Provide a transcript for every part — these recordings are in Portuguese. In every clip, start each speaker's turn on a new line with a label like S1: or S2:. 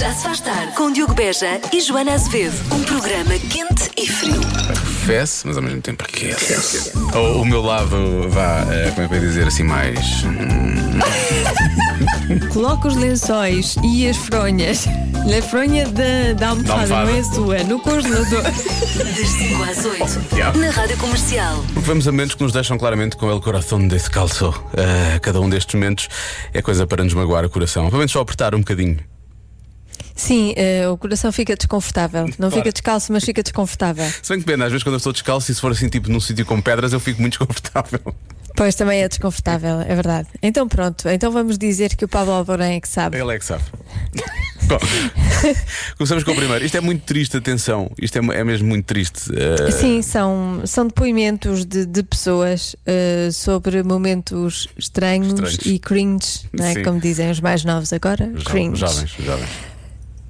S1: Já se faz tarde com Diogo Beja e Joana Azevedo. Um programa quente e frio.
S2: Fesse, mas ao mesmo tempo aquece. O, o meu lado, vá, eh, como é que eu ia dizer assim, mais.
S3: Coloca os lençóis e as fronhas na fronha da, da almofada,
S2: Da almofada.
S3: não é sua, no congelador.
S1: Das 5 às 8.
S2: Yeah.
S1: Na rádio comercial.
S2: Porque vamos a momentos que nos deixam claramente com o coração descalço. Ah, cada um destes momentos é coisa para nos magoar o coração. Pelo menos só apertar um bocadinho.
S3: Sim, eh, o coração fica desconfortável. Não
S2: Claro.
S3: fica descalço, mas fica desconfortável.
S2: Se bem que pena, às vezes quando eu estou descalço e se for assim, tipo num sítio com pedras, eu fico muito desconfortável.
S3: Pois também é desconfortável, é verdade. Então pronto, então vamos dizer que o Pablo Alborém é que sabe.
S2: Ele é que sabe. Bom, começamos com o primeiro. Isto é muito triste, atenção. Isto é, é mesmo muito triste. Ah,
S3: Sim, são, são depoimentos de, de pessoas eh, sobre momentos estranhos,
S2: Estranhos.
S3: e cringe, não
S2: Sim.
S3: é? como dizem os mais novos agora.
S2: jo-
S3: é cringe.
S2: jovens, jovens.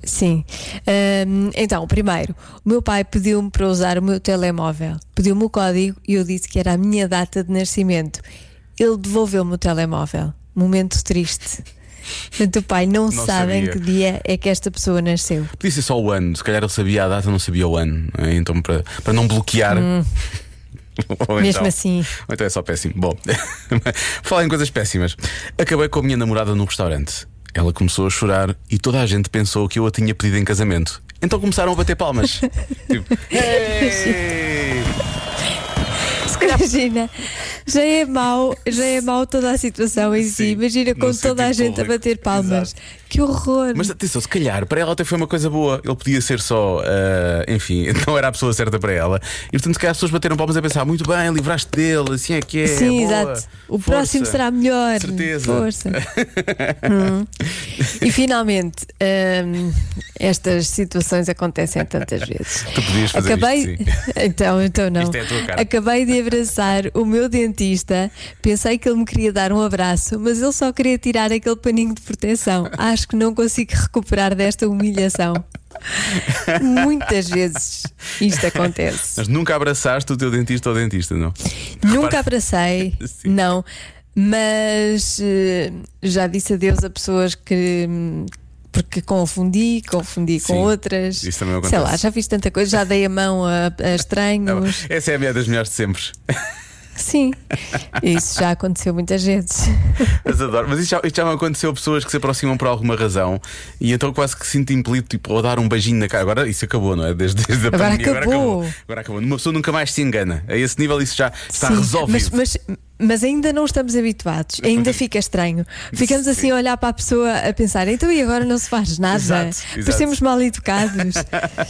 S3: Sim. Ahm, então, primeiro, o meu pai pediu-me para usar o meu telemóvel. Pediu-me o código e eu disse que era a minha data de nascimento. Ele devolveu-me o telemóvel. Momento triste. Portanto, o pai não,
S2: Não
S3: sabe em
S2: sabia.
S3: que dia é que esta pessoa nasceu.
S2: Podia ser só o ano, se calhar ele sabia a data, não sabia o ano. não é? Então, para, para não bloquear. Ou
S3: Hum. Mesmo assim.
S2: Ou então é só péssimo. Bom, falar em coisas péssimas. Acabei com a minha namorada num restaurante. Ela começou a chorar e toda a gente pensou que eu a tinha pedido em casamento. Então começaram a bater palmas. tipo, "Hey!"
S3: Imagina, já é mau, já é mau toda a situação em si.
S2: Sim,
S3: Imagina
S2: num
S3: com toda a
S2: sentido
S3: gente
S2: público.
S3: a bater palmas. Que horror!
S2: Mas atenção, se calhar para ela até foi uma coisa boa. Ele podia ser só, ah, enfim, não era a pessoa certa para ela. E portanto, se calhar as pessoas bateram palmas a pensar: muito bem, livraste dele, assim é que é.
S3: Sim,
S2: boa,
S3: exato. O
S2: força."
S3: próximo será melhor.
S2: Certeza.
S3: Força. Hum. E finalmente, hum, estas situações acontecem tantas vezes.
S2: Tu podias fazer
S3: Acabei.
S2: isto, sim.
S3: então, então não.
S2: Isto é a tua cara.
S3: Acabei de abraçar o meu dentista. Pensei que ele me queria dar um abraço, mas ele só queria tirar aquele paninho de proteção. Acho que não consigo recuperar desta humilhação. Muitas vezes isto acontece.
S2: Mas nunca abraçaste o teu dentista ou dentista, não?
S3: Nunca abracei,
S2: Sim.
S3: não. Mas eh, já disse adeus a pessoas que. hum, Porque confundi, confundi com
S2: Sim,
S3: outras.
S2: isso também
S3: Sei
S2: acontece.
S3: lá, já fiz tanta coisa, já dei a mão a, a estranhos.
S2: Essa é a minha das melhores de sempre.
S3: Sim, isso já aconteceu muitas vezes.
S2: Mas adoro. Mas isto já, isto já me aconteceu a pessoas que se aproximam por alguma razão e então quase que sinto impelido, tipo, ou dar um beijinho na cara. Agora isso acabou, não é? Desde, desde a
S3: Agora
S2: pandemia.
S3: acabou.
S2: Agora acabou. Agora acabou. Uma pessoa nunca mais se engana. A esse nível isso já está
S3: Sim,
S2: resolvido.
S3: Mas, mas, mas ainda não estamos habituados, ainda fica estranho. Ficamos
S2: Sim.
S3: assim a olhar para a pessoa a pensar, então e agora não se faz nada?
S2: Exato, exato.
S3: Parecemos mal educados.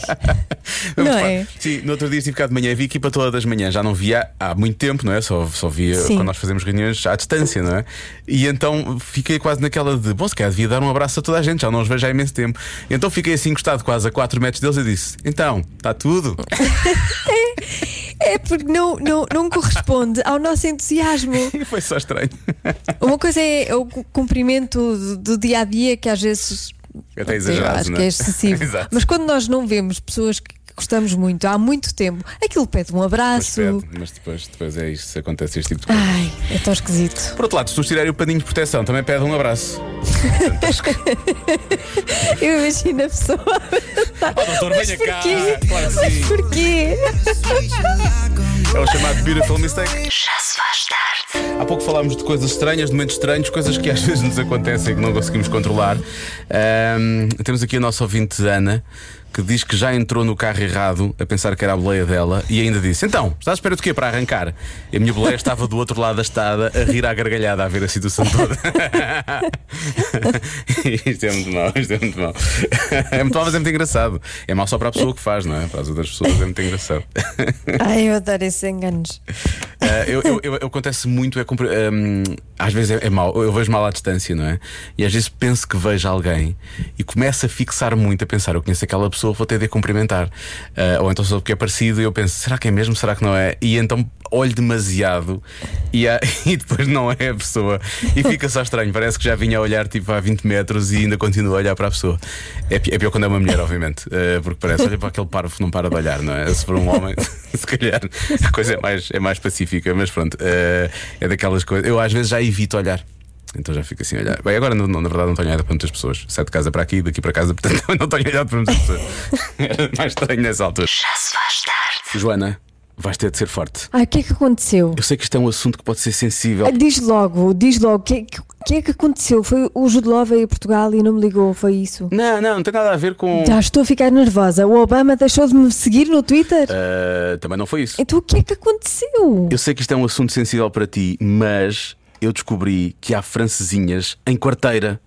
S2: Vamos
S3: não
S2: lá.
S3: é?
S2: Sim, no outro dia estive cá de manhã e vi a equipa toda das manhãs. Já não via há muito tempo, não é? Só, só via
S3: Sim.
S2: quando nós fazemos reuniões à distância, não é? E então fiquei quase naquela de, bom, se calhar devia dar um abraço a toda a gente, já não os vejo há imenso tempo. Então fiquei assim encostado quase a 4 metros deles e disse: então, está tudo?
S3: É porque não, não, não corresponde ao nosso entusiasmo.
S2: E foi só estranho.
S3: Uma coisa é o cu- cumprimento do, dia a dia, que às vezes
S2: É
S3: pronto,
S2: até
S3: eu
S2: exagerado,
S3: acho
S2: não
S3: que é excessivo.
S2: Exato.
S3: Mas quando nós não vemos pessoas que gostamos muito há muito tempo, aquilo pede um
S2: Mas,
S3: abraço.
S2: pede, mas depois, depois é isto, acontece este tipo de coisa.
S3: Ai, é tão esquisito.
S2: Por outro lado, se tu tirarem o paninho de proteção, também pede um abraço.
S3: Eu imagino a pessoa.
S2: Oh, doutor,
S3: Mas porquê? Mas porquê?
S2: É o chamado Beautiful Mistake.
S1: Já se faz tarde.
S2: Há pouco falámos de coisas estranhas, de momentos estranhos, coisas que às vezes nos acontecem e que não conseguimos controlar. Ahm, temos aqui a nossa ouvinte Ana, que diz que já entrou no carro errado a pensar que era a boleia dela e ainda disse: Então, estás à espera de quê para arrancar? E a minha boleia estava do outro lado da estada a rir à gargalhada a ver a situação toda. isto é muito mau, isto é muito mau. É muito mau, mas é muito engraçado. É mau só para a pessoa que faz, não é? Para as outras pessoas é muito engraçado.
S3: Ai, eu adoro esses enganos.
S2: Ah, eu, eu, eu- acontece muito, é compre- hum, às vezes é, é mal, eu vejo mal à distância, não é? E às vezes penso que vejo alguém e começo a fixar muito, a pensar, eu conheço aquela pessoa, vou ter de a cumprimentar. Ah, ou então sou porque é parecido e eu penso, será que é mesmo? Será que não é? E então olho demasiado e, há- e depois não é a pessoa e fica só estranho, parece que já vinha a olhar tipo há 20 metros e ainda continuo a olhar para a pessoa. É, pi- é pior quando é uma mulher, obviamente, ah, porque parece, olha para aquele parvo que não para de olhar, não é? Se for um homem, se calhar eh, a coisa é mais, é mais pacífica, mas pronto, ah, é daquelas coisas. Eu às vezes já evito olhar. Então já fico assim a olhar. Bem, agora não, não, na verdade não tenho olhado para muitas pessoas. Sai de casa para aqui, daqui para casa, portanto não tenho olhado para muitas pessoas. Era mais estranho nessa altura.
S1: Já se faz tarde.
S2: Joana, vais ter de ser forte.
S3: Ai, o que é que aconteceu?
S2: Eu sei que isto é um assunto que pode ser sensível.
S3: Ah, Diz logo, diz logo, o que, é que- o que é que aconteceu? Foi o Jude Law veio a Portugal e não me ligou, foi isso?
S2: Não, não, não tem nada a ver com.
S3: Já estou a ficar nervosa. O Obama deixou de me seguir no Twitter?
S2: Ah, também não foi isso.
S3: Então o que é que aconteceu?
S2: Eu sei que isto é um assunto sensível para ti, mas eu descobri que há francesinhas em quarteira.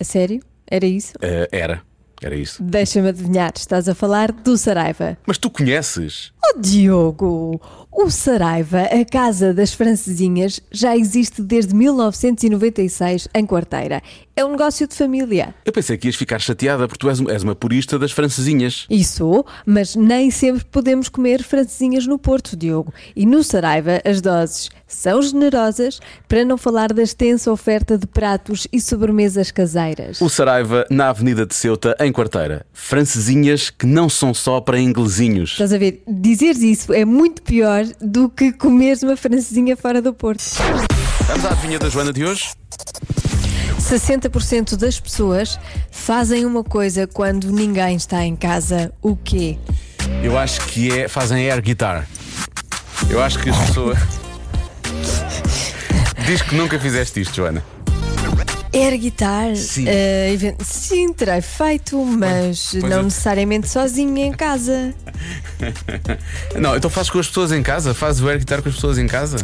S3: A sério? Era isso?
S2: Ah, era, era isso.
S3: Deixa-me adivinhar, estás a falar do Saraiva.
S2: Mas tu conheces?
S3: Oh Diogo, o Saraiva, a Casa das Francesinhas, já existe desde 1996 em Quarteira. É um negócio de família.
S2: Eu pensei que ias ficar chateada porque tu és, um- és uma purista das francesinhas.
S3: E sou, mas nem sempre podemos comer francesinhas no Porto, Diogo. E no Saraiva as doses são generosas, para não falar da extensa oferta de pratos e sobremesas caseiras.
S2: O Saraiva, na Avenida de Ceuta, em quarteira. Francesinhas que não são só para inglesinhos.
S3: Estás a ver, dizeres isso é muito pior do que comeres uma francesinha fora do Porto.
S2: Vamos à adivinha da Joana de hoje?
S3: 60% das pessoas fazem uma coisa quando ninguém está em casa. O quê?
S2: Eu acho que é. fazem air guitar. Eu acho que as pessoas. Diz que nunca fizeste isto, Joana.
S3: Air guitar?
S2: Sim.
S3: eh, even- sim, terei feito, mas
S2: pois é.
S3: não
S2: eu-
S3: necessariamente sozinha em casa.
S2: Não, então faz com as pessoas em casa? Faz o air guitar com as pessoas em casa?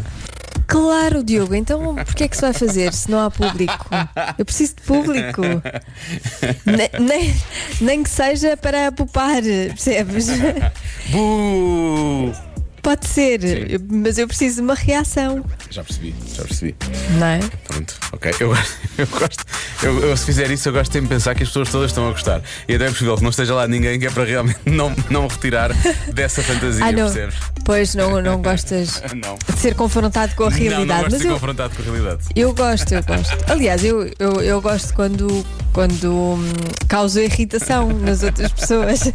S3: Claro, Diogo, então porquê é que se vai fazer se não há público? Eu preciso de público. Ne- nem, nem que seja para poupar, percebes?
S2: Buuuu!
S3: Pode ser, mas eu preciso de uma reação,
S2: Já percebi, já percebi.
S3: não é?
S2: Pronto, ok. Eu, eu gosto. Eu, eu, se fizer isso, eu gosto de pensar que as pessoas todas estão a gostar. E até é possível que não esteja lá ninguém que é para realmente não, não me retirar dessa fantasia,
S3: Ah, não.
S2: percebes?
S3: Pois não, não gostas
S2: Ah, Não.
S3: de ser confrontado com a
S2: não, não
S3: realidade,
S2: gosto de
S3: mas
S2: ser
S3: eu,
S2: confrontado com a realidade.
S3: eu gosto, eu gosto. Aliás, eu, eu, eu gosto quando, quando hum, causo irritação nas outras pessoas.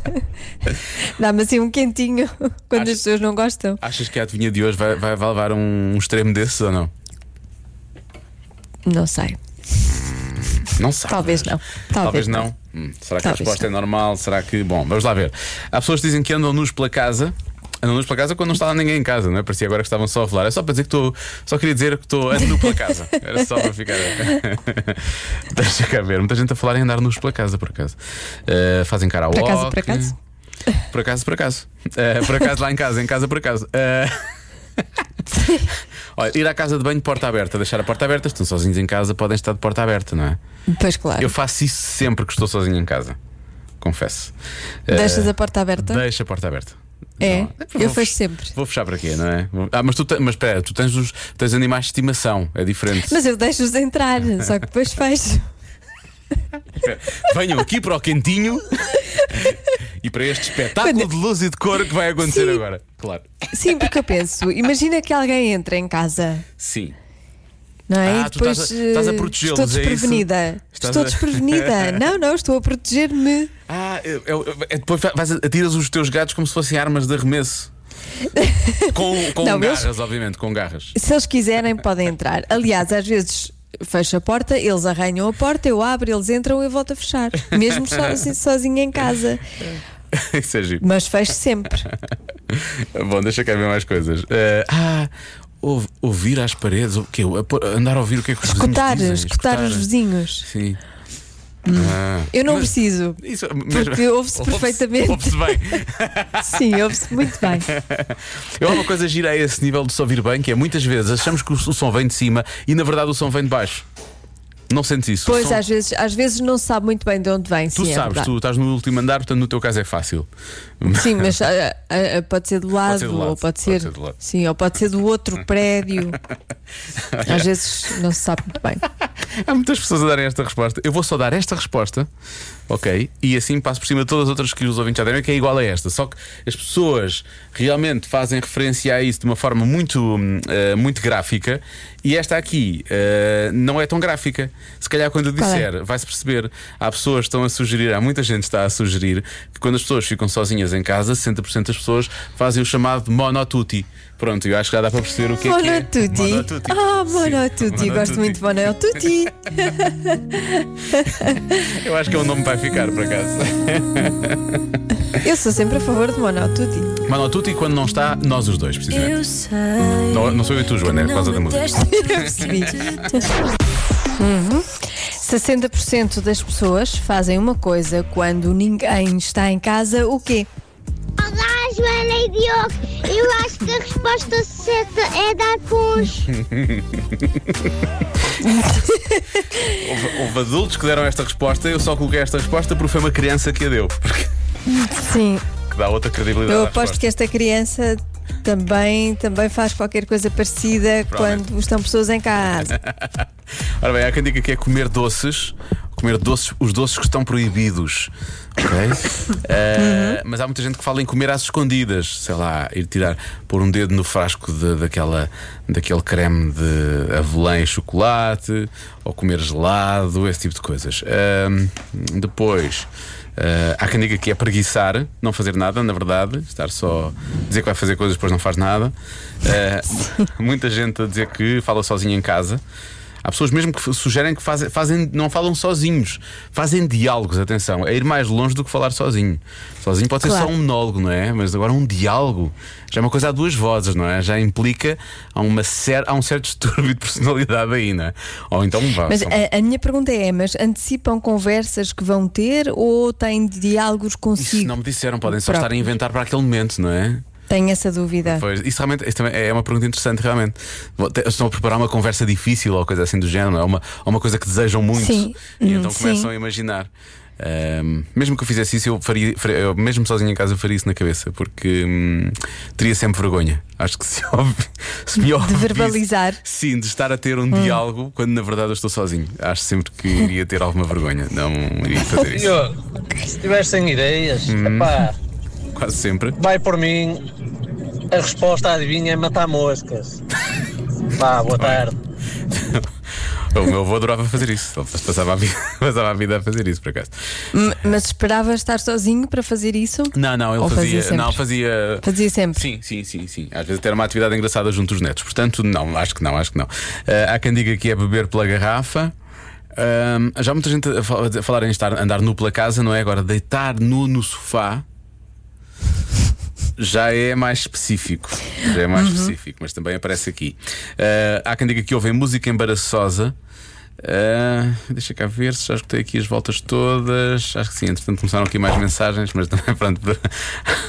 S3: Dá-me assim um quentinho quando
S2: Acho-
S3: as pessoas não gostam.
S2: Achas que a adivinha de hoje vai, vai, vai levar um extremo desses ou não?
S3: Não sei,
S2: Não sei.
S3: talvez não.
S2: Talvez
S3: Talvez,
S2: não. Hum, será que
S3: Talvez
S2: a resposta
S3: não.
S2: é normal? Será que. Bom, vamos lá ver. Há pessoas que dizem que andam nus pela casa. Andam nus pela casa quando não está lá ninguém em casa, não é? Parecia agora que estavam só a falar. É só para dizer que estou. Só queria dizer que estou ando nu pela casa. Era só para ficar. Deixa cá ver. Muita gente a falar em andar nus pela casa, por acaso. Eh, fazem cara ao
S3: Por acaso, por acaso?
S2: Por acaso, por acaso. Eh, por acaso lá em casa, em casa por acaso. Eh, Olha, ir à casa de banho, porta aberta, deixar a porta aberta, estão sozinhos em casa, podem estar de porta aberta, não é?
S3: Pois claro.
S2: Eu faço isso sempre que estou sozinho em casa. Confesso.
S3: Deixas a porta aberta?
S2: Deixa a porta aberta.
S3: É,
S2: eh, Não,
S3: eu
S2: vou
S3: faço
S2: fech-
S3: sempre.
S2: Vou fechar para quê, não é? Ah, mas tu, te- mas espera, tu tens, os, tens animais de estimação, é diferente.
S3: Mas eu deixo-os entrar, só que depois fecho.
S2: Venham aqui para o quentinho e para este espetáculo
S3: Quando-
S2: de luz e de cor que vai acontecer
S3: Sim.
S2: agora. Claro.
S3: Sim, porque eu penso, imagina que alguém entra em casa.
S2: Sim.
S3: Não é?
S2: Ah,
S3: e
S2: tu
S3: depois
S2: estás a- estás a
S3: eh,
S2: protegê-los,
S3: Estou
S2: é isso?
S3: desprevenida.
S2: Estás
S3: estou
S2: a-
S3: desprevenida. não, não, estou a proteger-me.
S2: Ah, eu- eu- eu- depois fa- vais- atiras os teus gatos como se fossem armas de arremesso. Com, com
S3: Não, eles-
S2: garras, obviamente, com garras.
S3: Se eles quiserem, podem entrar. Aliás, às vezes fecho a porta, eles arranham a porta, eu abro, eles entram e eu volto a fechar. Mesmo so- assim, sozinha em casa.
S2: Isso é giro.
S3: Mas fecho sempre.
S2: Bom, deixa cá ver mais coisas. Eh, ah, ouv- ouvir às paredes, o quê? A pôr- Andar a ouvir o que é que os
S3: Escutar,
S2: vizinhos dizem.
S3: escutar os vizinhos.
S2: Sim. Ah,
S3: Eu não
S2: mas-
S3: preciso.
S2: Isso,
S3: Porque ouve-se perfeitamente.
S2: Ouve-se bem.
S3: Sim, ouve-se muito bem.
S2: Eu há uma coisa gira a esse nível de se ouvir bem, que é muitas vezes achamos que o o som vem de cima e na verdade o som vem de baixo. Não sentes isso? O
S3: Pois,
S2: som-
S3: às vezes, às vezes não se sabe muito bem de onde vem.
S2: Tu
S3: sim, é
S2: sabes,
S3: verdade.
S2: tu estás no último andar, portanto no teu caso é fácil.
S3: Sim, mas ah, ah, ah, pode ser do lado,
S2: ser do lado,
S3: ou pode
S2: pode
S3: ser,
S2: ser do lado.
S3: Sim, ou pode ser do outro prédio. Às vezes não se sabe muito bem.
S2: Há muitas pessoas a darem esta resposta. Eu vou só dar esta resposta Ok, e assim passo por cima de todas as outras que os ouvintes já deram, que é igual a esta. Só que as pessoas realmente fazem referência a isso de uma forma muito, hum, eh, muito gráfica, e esta aqui eh, não é tão gráfica. Se calhar quando eu
S3: Qual é?
S2: disser, vai-se perceber. Há pessoas que estão a sugerir, há muita gente que está a sugerir que quando as pessoas ficam sozinhas em casa, 60% das pessoas fazem o chamado monotuti. Pronto, eu acho que já dá para perceber o que é que é.
S3: Monotuti. Ah,
S2: Sim,
S3: Monotuti. Gosto muito de Monotuti.
S2: Eu acho que é um nome que vai ficar, por acaso.
S3: Eu sou sempre a favor de Monotuti.
S2: Monotuti quando não está, nós os dois, precisamente.
S4: Eu sei.
S2: Não, não sou eu e tu, Joana, é por causa da música.
S3: Eu percebi. Uhum. 60% das pessoas fazem uma coisa quando ninguém está em casa, o quê?
S5: Olá, Joana e Diogo. Eu acho que a resposta certa é dar puns.
S2: Houve, houve adultos que deram esta resposta, eu só coloquei esta resposta porque foi uma criança que a deu. Porque
S3: Sim,
S2: que dá outra credibilidade.
S3: eu
S2: à
S3: aposto que
S2: resposta.
S3: esta criança também, também faz qualquer coisa parecida
S2: Provavelmente.
S3: quando estão pessoas em casa.
S2: Ora bem, há quem diga que é comer doces. Comer doces, os doces que estão proibidos. Ok? Eh, Mas há muita gente que fala em comer às escondidas. Sei lá, ir tirar, pôr um dedo no frasco de- daquela, daquele creme de avelã e chocolate, ou comer gelado, esse tipo de coisas. Ahm, depois. eh, há quem diga que é preguiçar, não fazer nada, na verdade, estar só dizer que vai fazer coisas, depois não faz nada. Eh, muita gente a dizer que fala sozinha em casa. Há pessoas mesmo que sugerem que fazem, fazem- não falam sozinhos, fazem diálogos, atenção, é ir mais longe do que falar sozinho. Sozinho pode ser
S3: Claro.
S2: só um monólogo, não é? Mas agora um diálogo já é uma coisa a duas vozes, não é? Já implica há, uma cer há um certo distúrbio de personalidade aí, não é? Ou então vá.
S3: Mas
S2: são-
S3: a, a minha pergunta é: mas antecipam conversas que vão ter ou têm diálogos consigo?
S2: Isso não me disseram, podem só
S3: Próprio.
S2: estar a inventar para aquele momento, não é?
S3: Tenho essa dúvida.
S2: Pois, isso realmente isso também é uma pergunta interessante, realmente. Vou te- Estão a preparar uma conversa difícil ou coisa assim do género, ou uma, ou uma coisa que desejam muito.
S3: Sim.
S2: E
S3: Hum,
S2: então começam
S3: sim.
S2: a imaginar. Ahm, mesmo que eu fizesse isso, eu faria, faria- eu mesmo sozinho em casa, eu faria isso na cabeça, porque hum, teria sempre vergonha. Acho que se, ouvi- se me ouvisse-
S3: verbalizar. Hum.
S2: Sim, de estar a ter um diálogo quando na verdade eu estou sozinho. Acho sempre que iria ter alguma vergonha. Não iria fazer isso.
S6: Senhor, se tiveres sem ideias, epá,
S2: Quase sempre.
S6: vai por mim. A resposta adivinha é matar moscas. Vá, boa tarde.
S2: O meu avô adorava fazer isso. Ele passava a vida, passava a, vida a fazer isso, por acaso.
S3: M- Mas esperava estar sozinho para fazer isso?
S2: Não, não, ele
S3: Ou
S2: fazia.
S3: fazia sempre?
S2: não, fazia.
S3: Fazia sempre.
S2: Sim, sim, sim, sim. Às vezes até era uma atividade engraçada junto dos netos. Portanto, não, acho que não, acho que não. Ah, há quem diga que é beber pela garrafa. Ahm, já há muita gente a fal- a falar em estar, andar nu pela casa, não é? Agora, deitar nu no sofá já é mais específico. Já é mais específico, mas também aparece aqui. Ah, há quem diga que ouvem música embaraçosa. Ah, deixa cá ver se já escutei aqui as voltas todas. Acho que sim, entretanto começaram aqui mais mensagens, mas também pronto,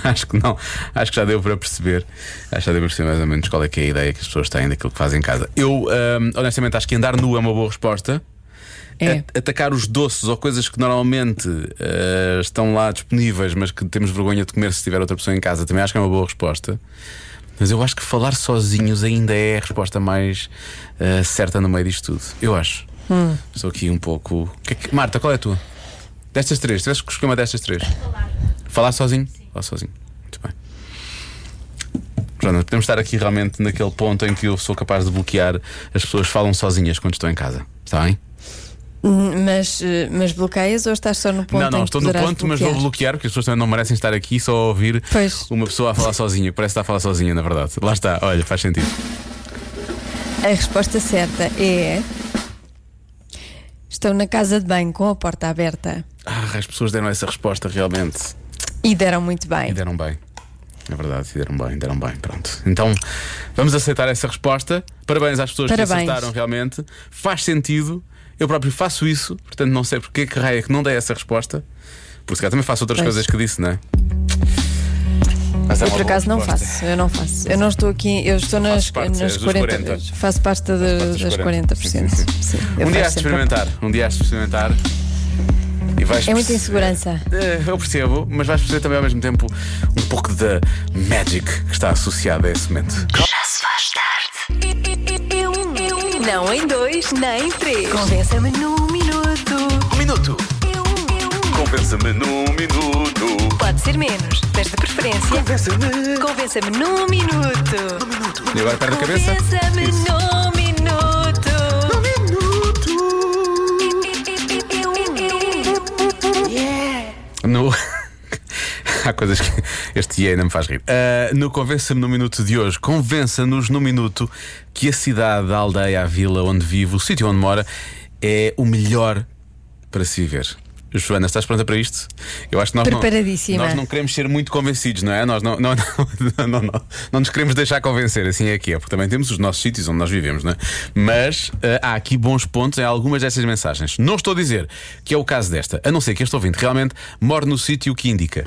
S2: acho que não, acho que já deu para perceber. Acho que já deu para perceber mais ou menos qual é que é a ideia que as pessoas têm daquilo que fazem em casa. Eu ah, honestamente acho que andar nu é uma boa resposta.
S3: É.
S2: A- Atacar os doces ou coisas que normalmente eh, estão lá disponíveis, mas que temos vergonha de comer se tiver outra pessoa em casa, também acho que é uma boa resposta. Mas eu acho que falar sozinhos ainda é a resposta mais eh, certa no meio disto tudo. Eu acho. Estou aqui um pouco. Que- que- Marta, qual é a tua? Destas três, tivesse que escolher uma destas três. Falar. Falar sozinho? Falar sozinho. Muito bem. Joana, podemos estar aqui realmente naquele ponto em que eu sou capaz de bloquear as pessoas que falam sozinhas quando estão em casa. Está bem?
S3: Hum, Mas, eh, mas bloqueias ou estás só no ponto?
S2: Não,
S3: em
S2: não,
S3: que
S2: estou no
S3: poderás
S2: ponto, mas vou
S3: bloquear?
S2: bloquear porque as pessoas também não merecem estar aqui só a ouvir
S3: Pois.
S2: uma pessoa a falar sozinha. que Parece estar a falar sozinha, na verdade. Lá está, olha, faz sentido.
S3: A resposta certa é. Estão na casa de banho com a porta aberta.
S2: Ah, as pessoas deram essa resposta realmente.
S3: E deram muito
S2: E
S3: bem.
S2: deram bem. É verdade, e deram bem, deram bem, pronto. Então, vamos aceitar essa resposta. Parabéns às pessoas que
S3: Parabéns.
S2: acertaram realmente. Faz sentido. Eu próprio faço isso, portanto não sei porque que raio é que não dei essa resposta. Por se calhar também faço outras
S3: Pois.
S2: coisas que disse, não é? Mas é
S3: Eu
S2: uma
S3: por
S2: boa
S3: acaso não
S2: resposta.
S3: faço, eu não faço. Eu não estou aqui, eu estou nas,
S2: Fazes parte, és
S3: nas
S2: dos
S3: 40,
S2: 40.
S3: Faço parte de-
S2: parte dos
S3: das 40%.
S2: 40. Sim, sim,
S3: Sim, eu
S2: Um dia
S3: faço
S2: has de
S3: sempre.
S2: experimentar, um dia has de experimentar. E vais
S3: É muita
S2: perceber.
S3: insegurança.
S2: Eh, Eu percebo, mas vais perceber também ao mesmo tempo um pouco da magic que está associada a esse momento.
S1: Já se faz tarde. Não em dois, nem em três. Convença-me num minuto. Um minuto.
S4: Convença-me num minuto.
S1: Pode ser menos, mas de preferência.
S4: Convença-me.
S1: Convença-me num minuto.
S2: E agora perde a cabeça?
S1: Convença-me
S2: Isso.
S1: num minuto.
S2: No... Há coisas que este IE não me faz rir. Ah, no Convença-me no Minuto de hoje, convença-nos no minuto que a cidade, a aldeia, a vila onde vive, o sítio onde mora, é o melhor para se viver. Joana, estás pronta para isto? Eu acho que nós, não,
S3: Preparadíssima.
S2: nós não queremos ser muito convencidos, não é? Nós não, não, não, não, não- não nos queremos deixar convencer, assim é que é, porque também temos os nossos sítios onde nós vivemos, não é? Mas ah, há aqui bons pontos em algumas destas mensagens. Não estou a dizer que é o caso desta, a não ser que este ouvinte realmente more no sítio que indica.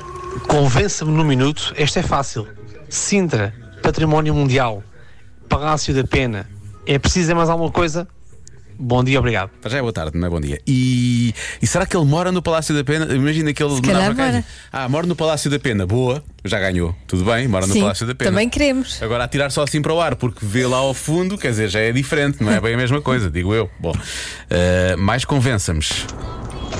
S6: Convença-me num minuto, esta é fácil. Sintra, património mundial, Palácio da Pena. É preciso é mais alguma coisa? Bom dia, obrigado.
S2: Para já é boa tarde, não é bom dia. E, e será que ele mora no Palácio da Pena? Imagina que ele
S3: Se calhar
S2: mandava cá e
S3: mora.
S2: dizia, Ah, mora no Palácio da Pena, boa, já ganhou, tudo bem, mora no
S3: Sim,
S2: Palácio da Pena.
S3: também queremos.
S2: Agora, atirar só assim para o ar, porque vê lá ao fundo, quer dizer, já é diferente, não é bem a mesma coisa, digo eu. Bom, eh, mais convença-nos.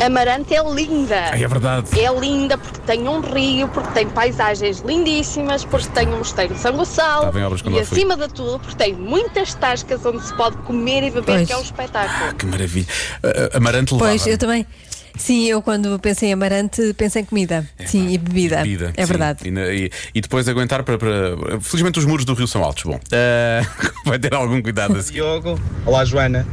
S7: Amarante é linda.
S2: Ai, É verdade.
S7: É linda porque tem um rio, porque tem paisagens lindíssimas, porque tem um mosteiro de São Gonçalo
S2: Está Tá bem, obras, quando
S7: e
S2: lá fui.
S7: acima de tudo porque tem muitas tascas onde se pode comer e beber,
S3: Pois.
S7: que é um espetáculo.
S2: Que maravilha. Eh, eh, Amarante levava.
S3: Pois, eu também. Sim, eu quando penso em amarante, penso em comida. sim, e bebida.
S2: É, Bebida,
S3: é
S2: sim.
S3: verdade.
S2: E, na- e- e depois aguentar para, para- Felizmente os muros do Rio são altos. Bom, eh, vai ter algum cuidado a seguir.
S8: Diogo, olá Joana.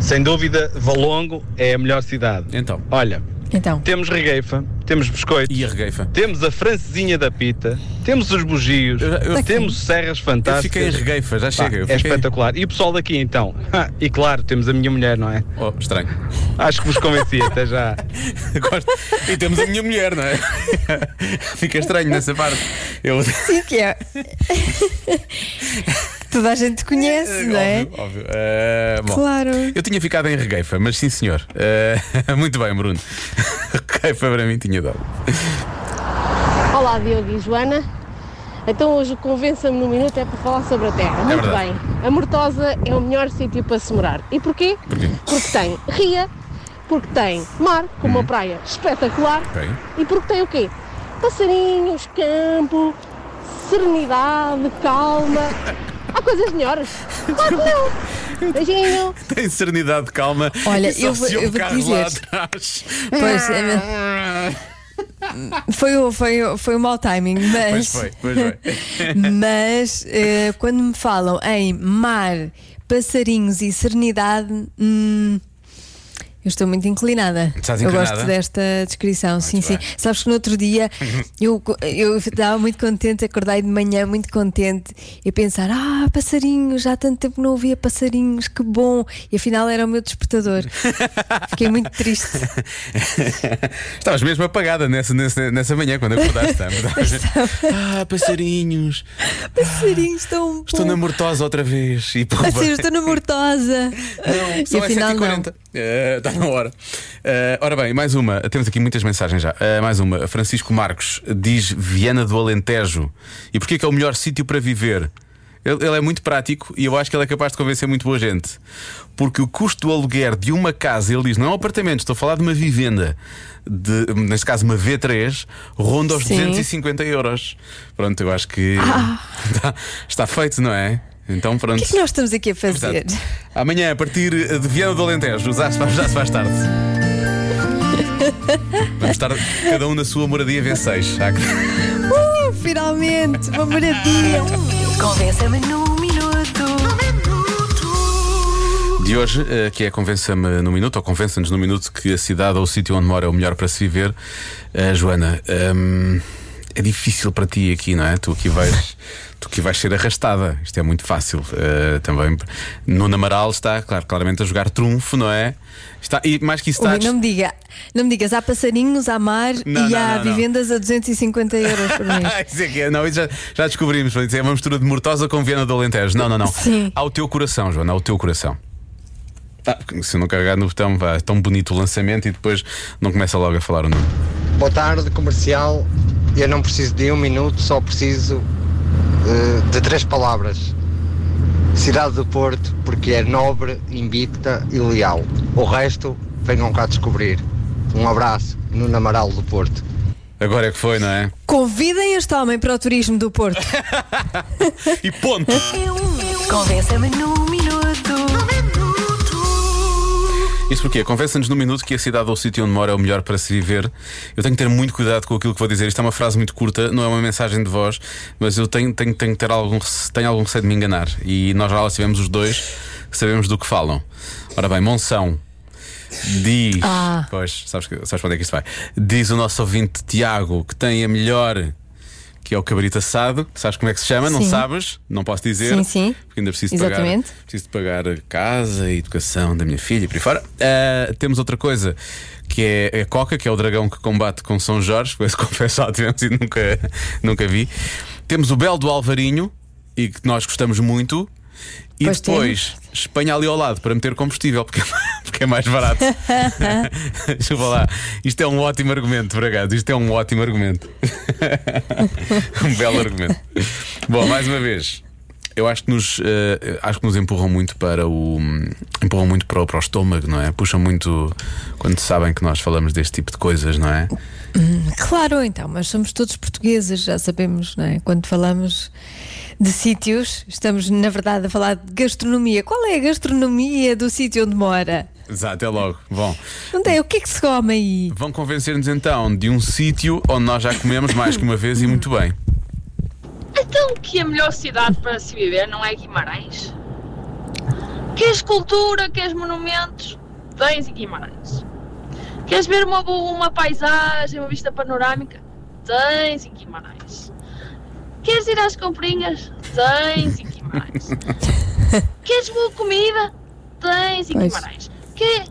S8: Sem dúvida, Valongo é a melhor cidade.
S2: Então,
S8: Olha,
S3: Então,
S8: temos regueifa, temos biscoitos,
S2: e a regueifa?
S8: temos a francesinha da pita, temos os bugios,
S2: Eu já- eu-
S8: temos serras
S2: Eu
S8: fantásticas.
S2: fiquei em regueifa, já
S8: Pá,
S2: chega. eu
S8: é
S2: fiquei-
S8: espetacular. E o pessoal daqui então? Ah, E claro, temos a minha mulher, não é?
S2: Oh, estranho.
S8: Acho que vos convenci, até já.
S2: Gosto. E temos a minha mulher, não é? Fica estranho nessa parte. Eu...
S3: sim que é. Toda a gente conhece, não é?
S2: Óbvio, óbvio. Eh, bom.
S3: Claro.
S2: Eu tinha ficado em regueifa, mas sim senhor. Eh, muito bem, Bruno. Regueifa para mim tinha dado.
S9: Olá, Diogo e Joana. Então hoje o Convença-me num Minuto é para falar sobre a Terra. Muito
S2: verdade.
S9: bem. A Mortosa é o melhor sítio para se morar. E porquê?
S2: Porquê?
S9: Porque tem ria, porque tem mar, com
S2: Uhum.
S9: uma praia espetacular.
S2: Ok.
S9: E porque tem o quê? Passarinhos, campo, serenidade, calma. Há coisas melhores? Claro que não. Beijinho.
S2: Tem serenidade, calma.
S3: Olha,
S2: E só
S3: eu vou-
S2: se ouve
S3: eu vou-te
S2: carros lá
S3: dizer.
S2: atrás.
S3: Pois, é- foi, o- foi, o- foi um mau timing,
S2: Pois
S3: mas.
S2: foi, pois foi.
S3: mas eh, quando me falam em mar, passarinhos e serenidade, hum, eu estou muito inclinada.
S2: Estás
S3: eu
S2: inclinada?
S3: gosto desta descrição, sim, sim.
S2: bem.
S3: Sabes que no outro dia eu, eu estava muito contente, acordei de manhã muito contente e pensar: ah, passarinhos, já há tanto tempo não ouvia passarinhos, que bom! E afinal era o meu despertador. Fiquei muito triste.
S2: Estavas mesmo apagada nessa, nessa, nessa manhã quando acordaste. tá? ah, passarinhos,
S3: Passarinhos tão
S2: estou
S3: bom.
S2: na mortosa outra vez. E pumba.
S3: A sério, estou na mortosa.
S2: Não, são
S3: e afinal, não.
S2: 7h40. Eh, Está na hora. Eh, ora bem, mais uma. Temos aqui muitas mensagens já. Eh, mais uma. Francisco Marcos diz Viana do Alentejo. E porquê que é o melhor sítio para viver? Ele, ele é muito prático e eu acho que ele é capaz de convencer muito boa gente. Porque o custo do aluguer de uma casa, ele diz, não é um apartamento, estou a falar de uma vivenda, de, neste caso uma V3, ronda aos
S3: Sim. Ah.
S2: 250 euros. Pronto, eu acho que está, está feito, não é? Então pronto.
S3: O que é que nós estamos aqui a fazer?
S2: Portanto, amanhã, a partir eh, de Viana do Alentejo, já se faz, já se faz tarde. Vamos estar cada um na sua moradia V6. Há que-
S3: Uh, finalmente, uma moradia.
S1: Convença-me num minuto.
S2: De hoje, eh, que é Convença-me no Minuto, ou Convença-nos no Minuto que a cidade ou o sítio onde mora é o melhor para se viver. Eh, Joana, ehm, é difícil para ti aqui, não é? Tu aqui vais. Tu que vais ser arrastada, isto é muito fácil eh, também. Nuno Amaral está, claro, claramente a jogar trunfo, não é? Está, e mais que isso está. a
S3: Ui, não me diga, não me digas, há passarinhos, há mar
S2: Não,
S3: e
S2: não,
S3: há
S2: não, não.
S3: vivendas a 250 euros por mês.
S2: Ah, isso é que é. Não, isso já, já descobrimos. Foi dizer, é uma mistura de mortosa com Viana do Alentejo. Não, não, não.
S3: Sim.
S2: Ao teu coração, Joana, ao teu coração. Ah, porque se eu não carregar no botão, vá, é tão bonito o lançamento e depois não começa logo a falar o nome.
S10: Boa tarde, comercial. Eu não preciso de um minuto, só preciso eh, de três palavras. Cidade do Porto, porque é nobre, invicta e leal. O resto venham cá descobrir. Um abraço, Nuno Amaral do Porto.
S2: Agora é que foi, não é?
S3: Convidem este homem para o turismo do Porto.
S2: E ponto!
S1: Convença-me num minuto.
S2: Isso porque Convença-nos num minuto que a cidade ou o sítio onde mora é o melhor para se viver. Eu tenho que ter muito cuidado com aquilo que vou dizer. Isto é uma frase muito curta, não é uma mensagem de voz, mas eu tenho, tenho, tenho que ter algum, rece- tenho algum receio de me enganar. E nós já lá estivemos os dois, sabemos do que falam. Ora bem, Monção. Diz.
S3: Ah.
S2: Pois, sabes, que- sabes para onde é que isto vai? Diz o nosso ouvinte Tiago que tem a melhor, que é o cabrito assado. Sabes como é que se chama? Não
S3: Sim.
S2: sabes? Não posso dizer.
S3: Sim, sim.
S2: Porque ainda preciso de
S3: Exatamente.
S2: pagar. Preciso de pagar a casa e a educação da minha filha e por aí fora. Ah, temos outra coisa que é a Coca, que é o dragão que combate com São Jorge. Esse confesso já tivemos e nunca, nunca vi. Temos o Belo do Alvarinho e que nós gostamos muito. E
S3: Pois
S2: depois, Espanha ali ao lado para meter combustível, porque, porque é mais barato. Deixa-me lá. Isto é um ótimo argumento, Bragado. Isto é um ótimo argumento. um belo argumento. Bom, mais uma vez. Eu acho que nos eh, acho que nos empurram muito para o empurram muito para, o- para o estômago, não é? Puxam muito quando sabem que nós falamos deste tipo de coisas, não é?
S3: Claro, então, mas somos todos portugueses, já sabemos, não é? Quando falamos de sítios, estamos, na verdade, a falar de gastronomia. Qual é a gastronomia do sítio onde mora?
S2: Exato, até logo. Bom,
S3: Não tem? O que é que se come aí?
S2: vão convencer-nos então de um sítio onde nós já comemos mais que uma vez e muito bem.
S11: Então que a melhor cidade para se viver não é Guimarães? Queres cultura, queres monumentos? Tens em Guimarães. Queres ver uma, boa- uma paisagem, uma vista panorâmica? Tens em Guimarães. Queres ir às comprinhas? Tens em Guimarães. Queres boa comida? Tens em
S12: Pois.
S11: Guimarães. Que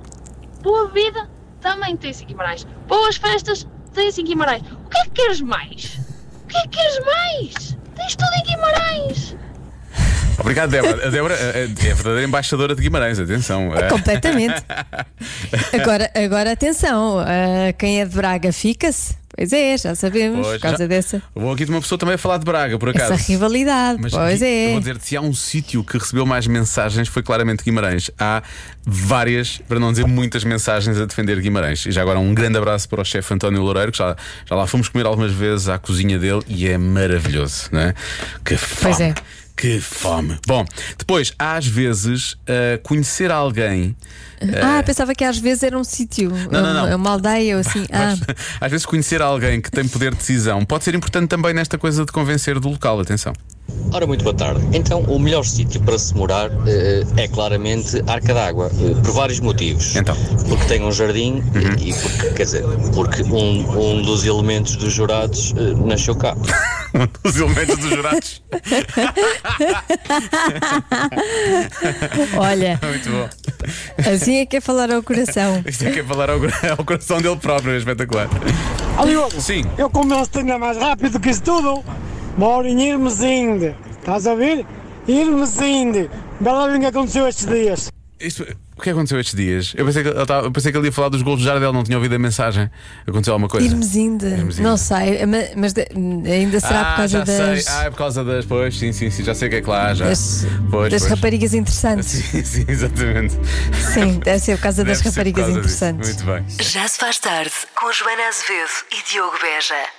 S11: boa vida? Também tens em Guimarães. Boas festas? Tens em Guimarães. O que é que queres mais? O que é que queres mais? Tens tudo em Guimarães.
S2: Obrigado, Débora. A Débora eh, é a verdadeira embaixadora de Guimarães, atenção. É.
S3: Então. Completamente. Agora, agora atenção, ah, quem é de Braga fica-se. Pois é, já sabemos,
S2: Pois,
S3: por causa
S2: já-
S3: dessa
S2: Vou aqui de uma pessoa também a falar de Braga, por acaso.
S3: essa rivalidade.
S2: Mas
S3: pois
S2: Gui- eu
S3: é.
S2: vou dizer-te, se há um sítio que recebeu mais mensagens foi claramente Guimarães. Há várias, para não dizer muitas mensagens a defender Guimarães. E já agora um grande abraço para o chefe António Loureiro, que já, já lá fomos comer algumas vezes à cozinha dele e é maravilhoso, não é? Que fome.
S3: Pois é.
S2: Que fome. Bom, depois, às vezes, ah, conhecer alguém.
S3: Ah,
S2: ah,
S3: pensava que às vezes era um sítio,
S2: Não, não, não.
S3: uma, uma aldeia ou assim. Ah,
S2: às vezes conhecer alguém que tem poder de decisão pode ser importante também nesta coisa de convencer do local, atenção.
S13: Ora, muito boa tarde. Então, o melhor sítio para se morar eh, é claramente Arca d'Água, eh, por vários motivos.
S2: É.
S13: Então. Porque tem um jardim e porque, quer dizer, porque um, um dos elementos dos jurados eh, nasceu cá.
S2: um dos elementos dos jurados?
S3: "Ah, olha,
S2: Muito bom.
S3: assim é que é falar ao coração.
S2: Isto é que é falar ao, ao coração dele próprio, é espetacular.
S14: Diogo.
S2: Sim.
S14: Eu como eles têm mais rápido que isso tudo, moro em Irmesinde. Estás a ouvir? Irmesinde. Bela vinga aconteceu estes dias.
S2: Isto- o que aconteceu estes dias? Eu pensei que ele, estava- eu pensei que ele ia falar dos gols do Jardel, não tinha ouvido a mensagem. Aconteceu alguma coisa?
S3: Irmesinda,
S2: Irmesinda.
S3: não sei, ma- mas de- ainda será
S2: ah,
S3: por causa
S2: já
S3: das,
S2: sei. Ah, é por causa das. Pois, sim, sim, sim, já sei o que é que lá há, já.
S3: Das-
S2: pois,
S3: das
S2: pois.
S3: raparigas interessantes.
S2: Sim, sim, exatamente.
S3: Sim, deve ser por causa das
S2: Deve ser por
S3: raparigas
S2: causa disso.
S3: interessantes.
S2: Muito bem.
S1: Já se faz tarde com Joana Azevedo e Diogo Beja.